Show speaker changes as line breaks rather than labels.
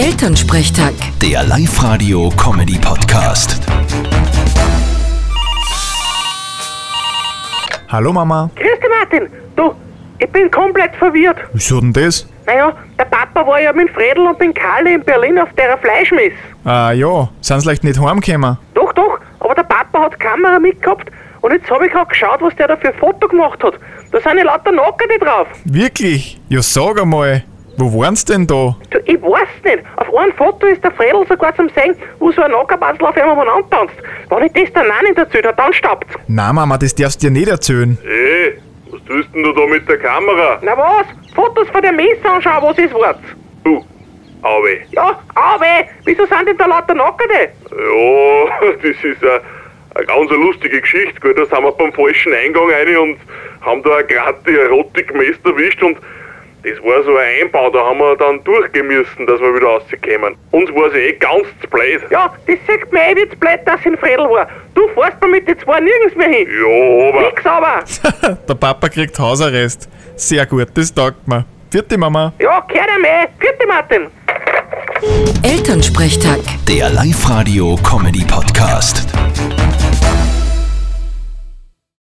Elternsprechtag.
Der Live-Radio-Comedy-Podcast.
Hallo Mama,
Grüß dich, Martin. Du, ich bin komplett verwirrt.
wieso denn das?
Naja, der Papa war ja mit Fredel und mit Karli in Berlin auf der Fleischmesse.
Ah ja, sind sie leicht nicht heimgekommen?
Doch, doch, aber der Papa hat die Kamera mitgehabt und jetzt habe ich auch geschaut, was der da für ein Foto gemacht hat. Da sind ja lauter Nackerte drauf.
Wirklich? Ja sag einmal, wo waren sie denn da?
Du, ich weiß nicht. Auf einem Foto ist der Fredel sogar zum Sehen, wo so ein Nackerbastel auf einmal antanzt. Wenn ich das dann auch nicht erzähle, dann staubt
Na Mama, das darfst du dir nicht erzählen.
Hey, was tust denn du da mit der Kamera?
Na was? Fotos von der Messe anschauen, was ist wert?
Du, Aue.
Ja, aber wieso sind denn da lauter Nackerte?
Ja, das ist eine, eine ganz lustige Geschichte, gell? Da sind wir beim falschen Eingang rein und haben da gerade die Erotikmesse erwischt und das war so ein Einbau, da haben wir dann durchgehen müssen, dass wir wieder rauskommen. Uns war es eh ganz zu blöd.
Ja, das sagt mir eh wie zu blöd, dass ich in Fredel war. Du fährst mir mit den zwei nirgends mehr hin.
Ja, aber...
Nix aber.
Der Papa kriegt Hausarrest. Sehr gut, das taugt mir. Vierte Mama.
Ja, kehr dir mehr. Vierte Martin.
Elternsprechtag.
Der Live-Radio-Comedy-Podcast.